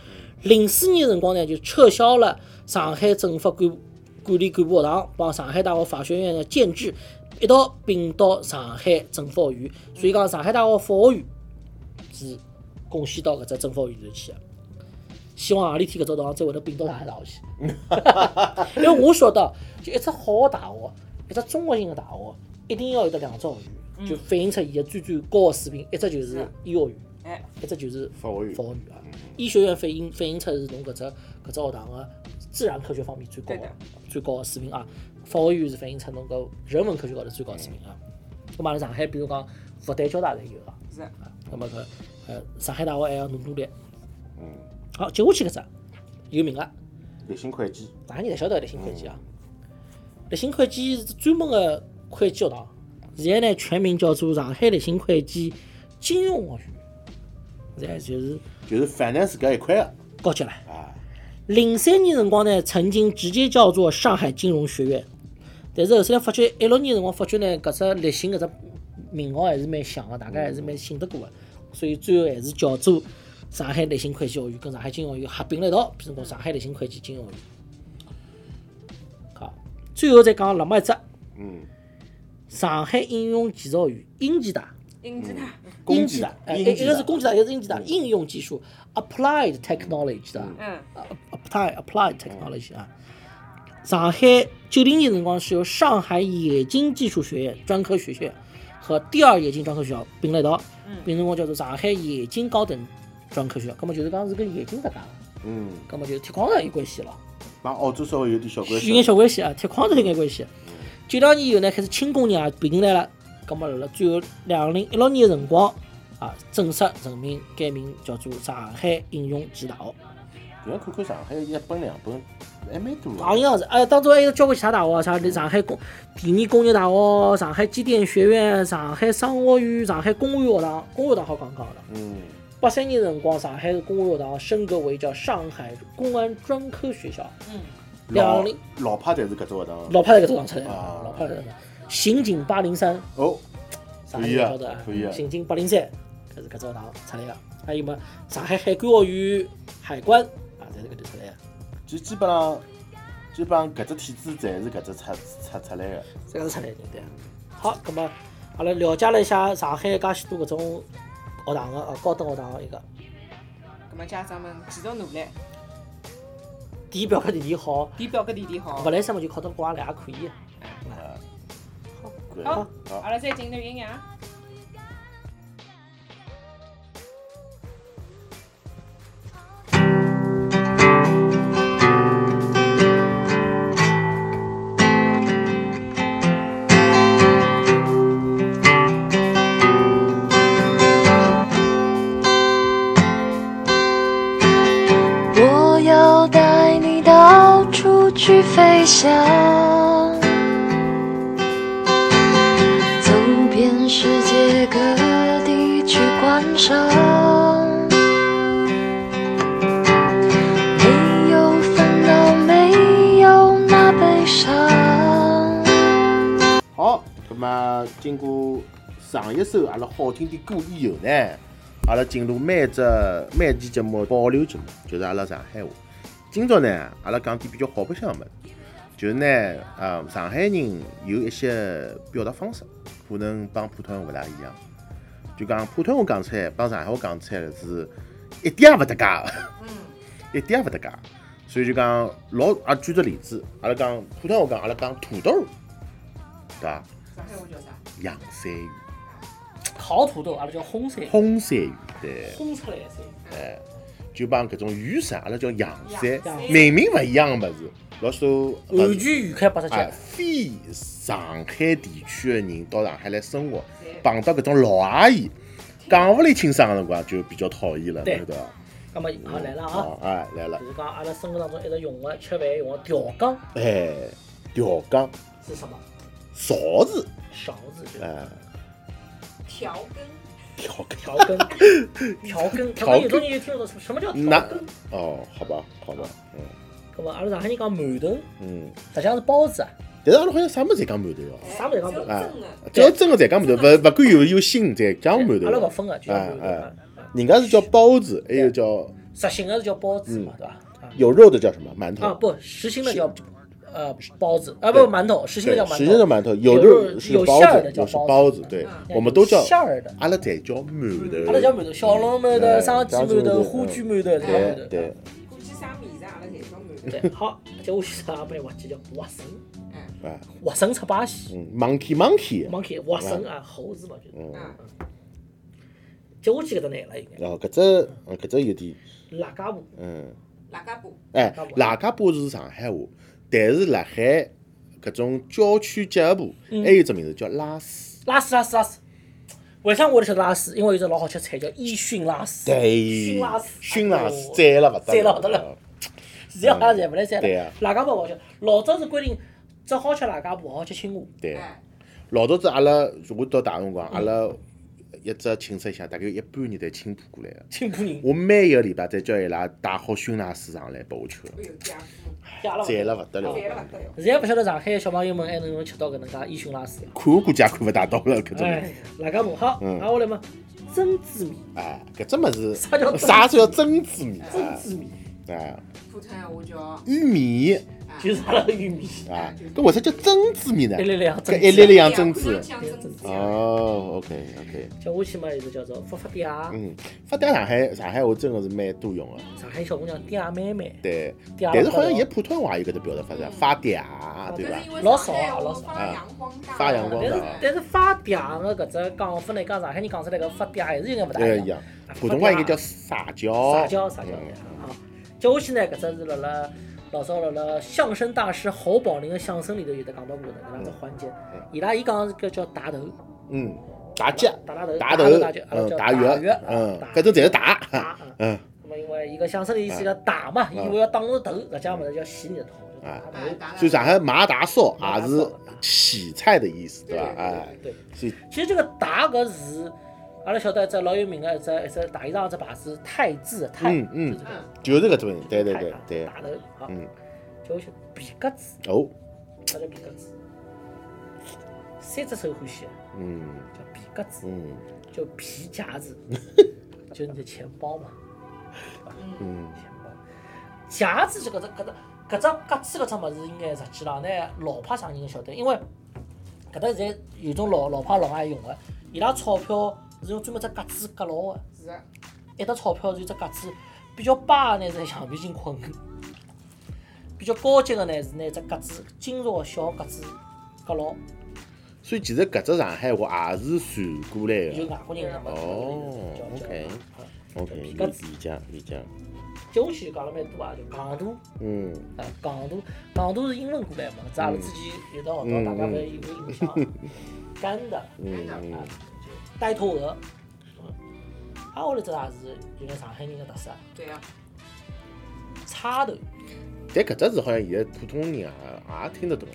S2: 零四年辰光呢，就撤销了上海政法管管理干部学堂帮上海大学法学院的建制，一道并到上海政法学院。所以讲，上海大学法学院子贡献到搿只蒸发宇宙去个。希望何里天搿只大学再会得并到上海大学去， 因为我晓得，就一只好个大学，一只综合性个大学，一定要有得两只学院，就反映出伊个最最高个水平。一只就是
S3: 是
S2: 医学院，
S3: 哎，
S2: 一只就是
S1: 法学院
S2: 法学院
S3: 嗯
S2: 啊。医学院反映反映出是侬搿只搿只学堂个自然科学方面最高
S3: 对
S2: 个
S3: 的
S2: 最高个水平啊。法学院是反映出侬搿人文科学高头最高个水平啊。
S3: 嗯
S2: 咁嘛，上海比如讲复旦、交大侪有啊。
S3: 是，
S2: 那么搿呃上海大学还要努努力。
S1: 嗯，
S2: 好，接下去搿只有名额，
S1: 立信会计，
S2: 哪个人侪晓得立信会计啊？立信会计是专门个会计学堂，现在呢全名叫做上海立信会计金融学院，现在就是
S1: 就是 finance 搿一块的
S2: 高级了。
S1: 啊，
S2: 零三年辰光呢，曾经直接叫做上海金融学院，但是后头来发觉，一六年辰光发觉呢，搿只立信搿只名号还是蛮响个，大家还是蛮信得过个，所以最后还是叫做上海立信会计学院跟上海金融学院合并了一道，变成讲上海立信会计金融学院。好，最后再讲那么一只
S1: 嗯，
S2: 上海应用技术学院，应技大。
S3: 英吉他，
S1: 工
S2: 应
S1: 技
S2: 技
S1: 大
S2: 大，哎，一
S1: 应技嗯
S2: 一个
S1: 大
S2: 是工技大，一个是应技大，应用技术 （applied technology） 对吧？
S3: 嗯，
S2: apply apply technology 啊。上海九零年辰光是由上海冶金技术学院专科学院和第二冶金专科学校并了一道，并成功叫做上海冶金高等专科学校。那么就是讲是跟冶金搭界的，
S1: 嗯，
S2: 那么就是铁矿石有关系了，
S1: 帮澳洲稍微有点小关系，
S2: 有眼小关系啊，铁矿石有眼关系。九两年以后呢，开始轻工业也并进来了。那么辣辣最后两零一六年的辰光啊，正式任命改名叫做上海应用技大学。
S1: 搿样看看上海一本两本还蛮多啊
S2: 好
S1: 的，
S2: 像是，哎，当中还有交关其他大学啊，啥上海工第二工业大学、上海机电学院、上海商学院、上海工业学堂，工业学堂好讲讲了。
S1: 嗯，
S2: 八三年辰光，上海的工业学堂升格为叫上海公安专科学校，
S3: 嗯，
S1: 老
S2: 两零
S1: 老派侪是搿只学堂，
S2: 老派那个堂出来的
S1: 啊，
S2: 老派那个堂，刑警八零三，
S1: 哦，
S2: 上海人晓得
S1: 可以啊可以啊
S2: 刑警八零三，搿是搿只学堂出来的。还有么，上海海关学院、海关啊，侪是搿头出来的。
S1: 就基本上基本上搿只体制侪是搿只出出出来的，
S2: 这个是出来的对。好，那么阿拉了解了一下上海介许多搿种学堂个呃高等学堂个一个，
S3: 葛么家长们继续努力，
S2: 第一表格地理好，
S3: 比表哥弟弟好
S2: 勿，来三么就考到国外来也可以。
S1: 啊，对
S3: 好，
S1: 好
S3: 阿拉再进段音乐啊。
S4: 我要带你到处去飞翔，走遍世界各地去观赏。没有烦恼，没有那悲伤。
S1: 好，葛么经过上一首阿拉好听的歌以后呢，阿拉进入每只每期节目的保留节目，就是阿拉上海话。今朝呢，阿拉讲点比较好白相的物事，就是呢，呃，上海人有一些表达方式，可能帮普通话勿大一样。就讲普通话讲出来，帮上海话讲出来是一点也勿搭界的。一点也勿搭界。所以就讲老啊，举个例子，阿拉讲普通话讲，阿拉讲土豆，对伐？
S3: 上海话叫啥？
S1: 洋山芋、
S2: 烤土豆阿拉叫烘山，
S1: 烘山芋，对，
S2: 烘出来的山。
S1: 就帮搿种雨伞，阿拉叫洋山
S2: 洋，山
S1: 明明勿一样个物事，老许多勿
S2: 完全移开八十
S1: 啊，
S2: 级，
S1: 非上海地区的人到上海来生活，碰到搿种老阿姨，讲勿来清爽个辰光就比较讨厌了，
S2: 对
S1: 晓得伐？
S2: 那么啊来了啊，
S1: 哦，哎，来了
S2: 就，是讲阿拉生活当中一直用个吃饭用个调羹
S1: 哎，调羹、
S2: 是什么？
S1: 勺子，
S2: 勺子就是
S1: 哎，
S3: 调羹，
S1: 调羹。
S2: 调羹，调羹，调羹有种人就听不懂什么叫调
S1: 那
S2: 羹。
S1: 哦，好吧，好吧，嗯
S2: 那么阿拉上海人讲馒头，
S1: 嗯，
S2: 实际上是包子啊，
S1: 但是阿拉好像啥么侪讲馒头哦，
S2: 啥物事讲
S3: 哎只
S2: 馒
S3: 有
S2: 头？
S1: 啊
S3: 真的，
S1: 只要真个侪讲馒头，勿勿管有有心侪讲馒头。
S2: 阿拉勿分个，就叫馒头
S1: 哎
S2: 啊。啊
S1: 人家是叫包子，还有叫嗯
S2: 实行的是叫包子嘛，对吧？啊
S1: 有肉的叫什么馒
S2: 啊
S1: 头？
S2: 不，实行的叫呃包子啊，不是馒头，实心
S1: 对
S2: 的叫馒头，
S1: 实心的馒头，有
S2: 肉
S1: 的是
S2: 有
S1: 包
S2: 馅儿的
S1: 子，
S2: 叫
S1: 有是
S2: 包
S1: 包
S2: 子哎
S1: 子，对
S3: 嗯，
S1: 我们都叫
S2: 馅儿的嗯
S1: 阿拉侪叫馒头。
S2: 阿拉叫馒头，小笼馒头、
S1: 嗯
S2: 生鸡馒头、花卷馒头，
S1: 对
S2: 对对
S1: 对，
S3: 估计啥米子阿拉侪叫馒头。
S2: 对。好，接下去啥不要忘记叫花生，
S3: 嗯
S1: 啊，
S2: 花生出巴西
S1: 嗯，monkey monkey，
S2: ，monkey 花生啊，猴子嘛就是。
S3: 嗯，
S2: 接下去搿只难了，应该
S1: 哦，搿只嗯搿只有点，
S2: 辣家婆，
S1: 嗯，
S3: 辣家布，
S1: 哎
S2: 辣家，婆
S1: 辣家坡是上海话，但是辣海搿种郊区结合部
S2: 嗯
S1: 还有一只名字叫拉丝，
S2: 拉丝拉丝拉丝。为啥我会晓得拉丝？因为有只老好吃菜叫烟熏拉丝，
S1: 对
S2: 熏拉丝，，
S1: 熏拉
S2: 哎
S1: 丝，
S2: 呦
S1: 赞了勿
S2: 赞
S1: 得
S2: 了勿得了
S1: 了，
S2: 现在好像侪勿来三
S1: 对
S2: 了
S1: 啊。
S2: 辣家婆勿好吃，老早是规定只好吃辣家婆，勿好吃青蛙。
S1: 对。
S3: 哎，
S1: 老早子阿拉我到大学辰光，
S2: 嗯
S1: 阿拉一只寝室里向大概有一半人侪青浦过来个。
S2: 青浦人，
S1: 我每一个礼拜侪叫伊拉带好熏奶水上来拨我吃的，
S2: 哦
S3: 哎呦，家伙，
S2: 加了。
S1: 赞了勿得了。
S3: 赞了不得了。
S2: 现在勿晓得上海的小朋友们还能不能吃到搿能介烟熏拉丝。
S1: 看我估计也看勿大到了搿种。
S2: 哎，辣家婆好，
S1: 嗯
S2: 挨下来嘛，珍珠米，
S1: 哎，搿只物事
S2: 啥叫
S1: 啥叫榛子米？
S2: 珍珠米
S1: 哎，
S3: 普通闲话叫
S1: 玉米
S2: 就是阿拉个玉米，
S1: 啊，搿为啥叫榛子米呢
S2: 一？粒粒啊像珍
S1: 搿一粒粒像榛
S3: 真
S1: 子。
S3: 像真子。
S1: 哦，OK OK，
S2: 接下去嘛，有个叫做发发嗲，
S1: 嗯，发嗲上海上海话真个是蛮多用个，
S2: 上海小姑娘嗲妹妹，
S1: 对，
S2: 嗲
S1: 但是好像
S2: 了哦
S1: 伊普通话有搿只表达发嗲，发嗲，对
S3: 但
S1: 伐
S3: 是？因为
S2: 老
S3: 上
S2: 少
S3: 海
S2: 啊老
S3: 我
S2: 少
S3: 发扬光大，
S1: 发扬光
S2: 但
S1: 大
S2: 是
S1: 啊
S2: 但是发嗲的搿只讲法呢，讲上海人讲出来搿发嗲还是有眼勿大
S1: 哎
S2: 一
S1: 一
S2: 样。
S1: 样，普通话应该叫撒娇。
S2: 撒娇撒娇
S1: 嗯
S2: 对啊。接下去呢，搿只是辣辣老早辣辣相声大师侯宝林的相声里头有得讲到过的搿两只环节，伊拉伊讲搿叫打头，
S1: 嗯，打击，
S2: 打打头，
S1: 打
S2: 头，
S1: 头，
S2: 呃打头，
S1: 嗯，
S2: 阿拉叫
S1: 打
S2: 月
S1: 月，，嗯，搿种侪是打，
S2: 打。嗯
S1: 嗯，
S2: 那么因为伊个相声里是一个打嘛，伊为要打我头，搿家物事叫洗你的头，就打头。
S3: 哎，打了
S1: 所以上海麻大烧
S2: 麻大
S1: 也
S2: 烧
S1: 啊是洗菜的意思，对伐？哎，
S2: 对，
S1: 所以
S2: 其实这个打搿字，阿拉晓得一只老有名个一只一只大衣裳一只牌子太字太，
S1: 嗯嗯
S2: 就这个
S1: 就是搿种，对对
S2: 太
S1: 对
S2: 啊
S1: 对，
S2: 打头好，
S1: 嗯，
S2: 接下去皮夹子，
S1: 哦，
S2: 啥叫皮夹子？三只手欢喜的
S1: 嗯
S2: 叫皮夹子，
S1: 嗯
S2: 叫皮夹子，就你的钱包嘛，
S1: 嗯，
S2: 钱包。夹子这个这搿只搿只夹子搿只物事，应该实际上呢，老派上人晓得，因为搿搭现在有种老老派老外用个，伊拉钞票是用专门只夹子夹牢个。
S3: 是的
S2: 一沓钞票是只夹子，比较巴的呢是橡皮筋捆的，比较高级的呢是拿只夹子金属的小夹子夹牢，
S1: 所以其实搿只上海话也是传过来
S2: 就
S1: 的。
S2: 外国人的嘛。
S1: 哦
S2: 叫叫
S1: ，OK
S2: 啊
S1: OK，理
S2: 皮夹子
S1: 理解理解，
S2: 接下去就讲了蛮多啊，就戆大
S1: 嗯，
S2: 啊，戆大，戆大是英文过来嘛，这阿拉之前有道学到，大家勿有有印象啊。干的，
S1: 嗯
S2: 啊，呆头鹅，啊，我来这也是有点上海人的特色啊，
S3: 对啊，
S2: 插头，
S1: 但搿只字好像现在普通人也也听得懂，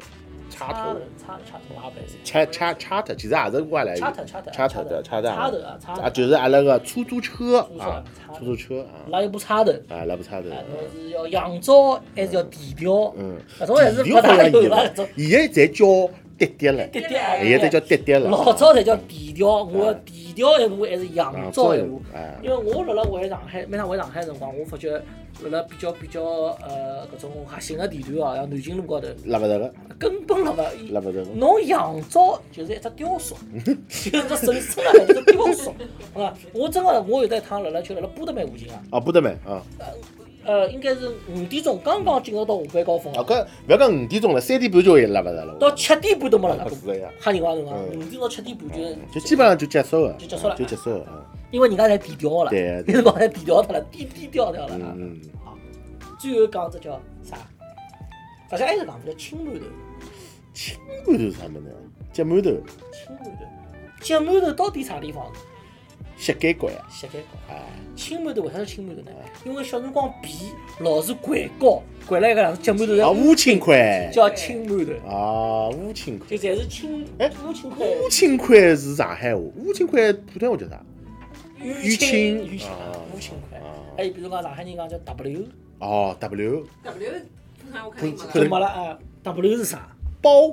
S1: 插
S2: 插
S1: 头
S2: 头，，插头，插头，哪不来塞？
S1: 插插插头，其实也是外来语
S2: 插头，插头，
S1: 插头的
S2: 插
S1: 插头
S2: 头插头啊，插头
S1: 啊，就是阿拉个出租车
S2: 租车
S1: 啊
S2: 插，头
S1: 出租车啊，
S2: 拉一部插头，
S1: 啊，拉布插头。
S2: 哎，侬是要洋招还是要地调？
S1: 嗯，
S2: 搿种还是
S1: 地调好
S2: 勿大
S1: 像
S2: 有
S1: 有
S2: 了，
S1: 了
S2: 搿种，
S1: 现在侪叫滴滴了，
S2: 滴滴
S3: 哎
S1: 现在侪叫滴滴了。
S2: 老早才叫地调，我要地调一部还是洋
S1: 啊
S2: 招一
S1: 招一
S2: 部
S1: 部哎？
S2: 因为我辣辣回上海，每趟回上海的辰光，我发觉辣辣比较比较呃搿种核心的地段哦，像南京路高头，
S1: 拉勿着个，
S2: 根本辣勿
S1: 拉勿着个。
S2: 侬洋照就是一只雕 塑，就是一只神圣的一只雕塑， 啊！我真的我有得一趟辣辣就辣辣波德曼附近啊，
S1: 啊，不得没啊！
S2: 呃，应该是五点钟刚刚进入到下班高峰
S1: 啊，搿勿要讲五点钟了，三点半就也拉勿着了。
S2: 到七点半都没了，
S1: 是呀
S2: 吓人伐？人伐？
S1: 嗯
S2: 五点到七点半嗯就
S1: 就基本上就结束了，
S2: 就结束了
S1: 就结束了。啊
S2: 因为人家侪低调了，
S1: 对
S2: 有辰光侪低调掉了，低低调掉了啊。
S1: 嗯，嗯
S2: 最后讲这叫啥？实际还是讲叫青馒头，
S1: 青馒头是啥物事？接馒头，
S2: 青馒头。接馒头到底啥地方？
S1: 膝盖高呀！
S2: 膝盖高。
S1: 啊，
S2: 青馒头为啥叫青馒头呢？
S1: 哎
S2: 因为小辰光皮老是掼高，掼了一个两只接馒头
S1: 啊，
S2: 的，
S1: 乌青块，
S2: 叫青馒头，
S1: 啊，乌青块，
S2: 就侪是青
S1: 哎
S2: 乌青块。
S1: 乌青块是上海话，乌青块普通话叫啥？
S2: 淤
S1: 青
S2: 淤青
S1: 啊
S2: 淤青块
S1: 啊，
S2: 还有比如讲上海人讲叫 W，
S1: 哦，W
S3: W 哎普通闲话肯定没
S2: 就
S3: 了，
S2: 没了啊，W 是啥？
S1: 包，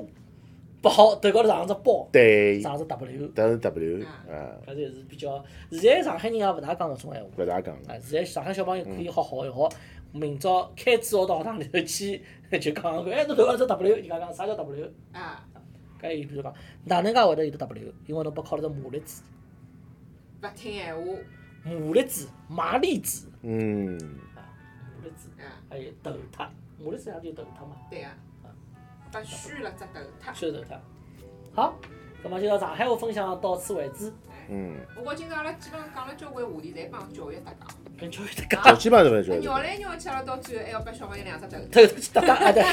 S2: 包头高头上只包，
S1: 对，
S2: 上只 W，
S1: 但是 W
S3: 啊
S1: 啊，
S2: 搿就是比较。现在上海人也勿大讲搿种闲话，哎
S1: 勿大讲了。
S2: 啊，现在上海小朋友可以好好一学，明朝开支学堂学堂里头去 就讲，哎，侬投了只 W，人家讲啥叫 W？
S3: 啊，
S2: 搿伊比如讲，哪能介会得有得 W？因为侬拨敲了只马力子，
S3: 勿听闲话，
S2: 马力子，马力子
S1: 嗯，
S2: 啊，马力子，
S3: 啊，
S2: 还有头塔，马力子上就头塔嘛，
S3: 对啊，拨虚了只头脱。
S2: 就是头塔。好，葛么今朝上海话分享到此为止，
S1: 嗯，
S3: 不过今朝阿拉基本上讲了交关话题，侪帮教育搭讲。
S2: 跟教育搭
S1: 我
S2: 讲，
S1: 基本上都勿晓
S3: 绕
S1: 得。
S3: 来绕去，阿拉到最后还要拨小朋友两只头。
S2: 头去搭讲啊对。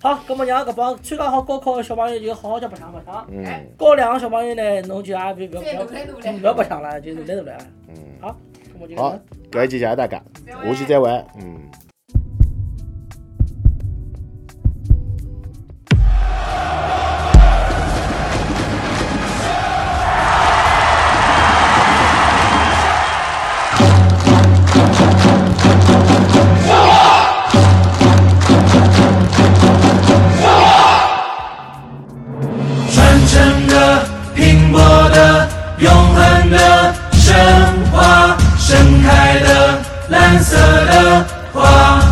S2: 好，葛么让搿帮参加好高考的小朋友就好好叫白相白相。
S3: 哎
S1: 嗯
S2: 高两个小朋友呢，侬就也别不要
S3: 再
S2: 不
S3: 努力努
S2: 要
S3: 力
S2: 不要白相了，就努力努力啊。
S1: 嗯，
S2: 好，葛么就搿
S1: 好
S2: 能。，
S1: 搿一期谢谢大家，下期再会。嗯。
S5: 传承着拼搏的、永恒的神话，盛开的蓝色的花，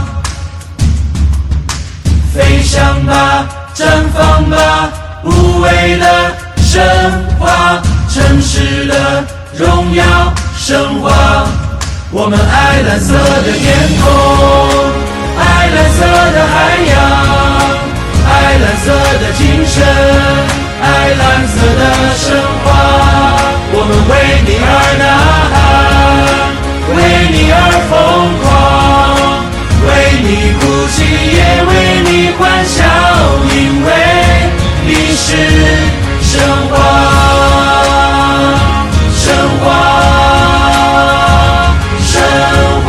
S5: 飞翔吧，绽放吧，无畏的神话，城市的荣耀神话。我们爱蓝色的天空，爱蓝色的海洋。爱蓝色的精神，爱蓝色的神话，我们为你而呐喊，为你而疯狂，为你哭泣，也为你欢笑，因为你是神话，神话，神话。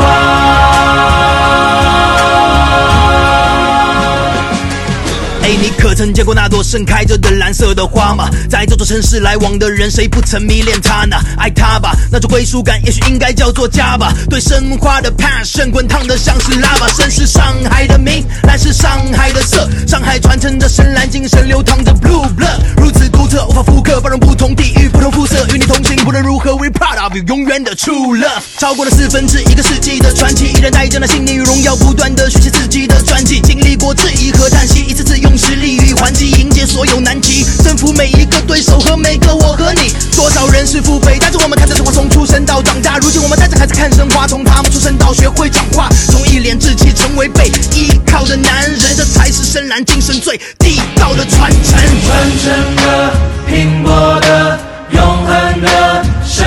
S6: 哎，你可曾见过那朵盛开着的蓝色的花吗？在这座城市来往的人，谁不曾迷恋它呢？爱它吧，那种归属感也许应该叫做家吧。对生花的 passion，滚烫的像是拉吧。深是上海的名，蓝是上海的色，上海传承着深蓝精神，流淌着 blue blood，如此独特，无法复刻，包容不同地域、不同肤色，与你同行，不论如何，we proud of you，永远的 true love。超过了四分之一个世纪的传奇，依然带着那信念与荣耀，不断的续写自己的传记。经历过质疑和叹息，一次次用实力与还击迎接所有难题，征服每一个对手和每个我和你。多少人是父辈，带着我们看着神话从出生到长大，如今我们带着孩子看神话，从他们出生到学会讲话，从一脸稚气成为被依靠的男人，这才是深蓝精神最地道的传承。
S5: 传承着拼搏的、永恒的神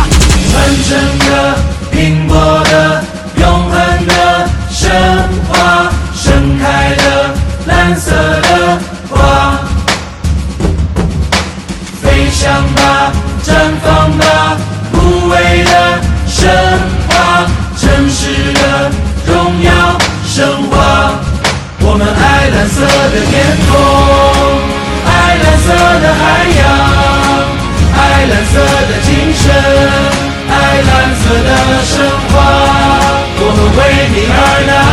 S5: 传承着拼搏的、永恒的神话，盛开的蓝色的花，飞翔吧，绽放吧，无畏的神话，城市的荣耀神话。我们爱蓝色的天空，爱蓝色的海洋，爱蓝色的精神，爱蓝色的神话，我们为你而呐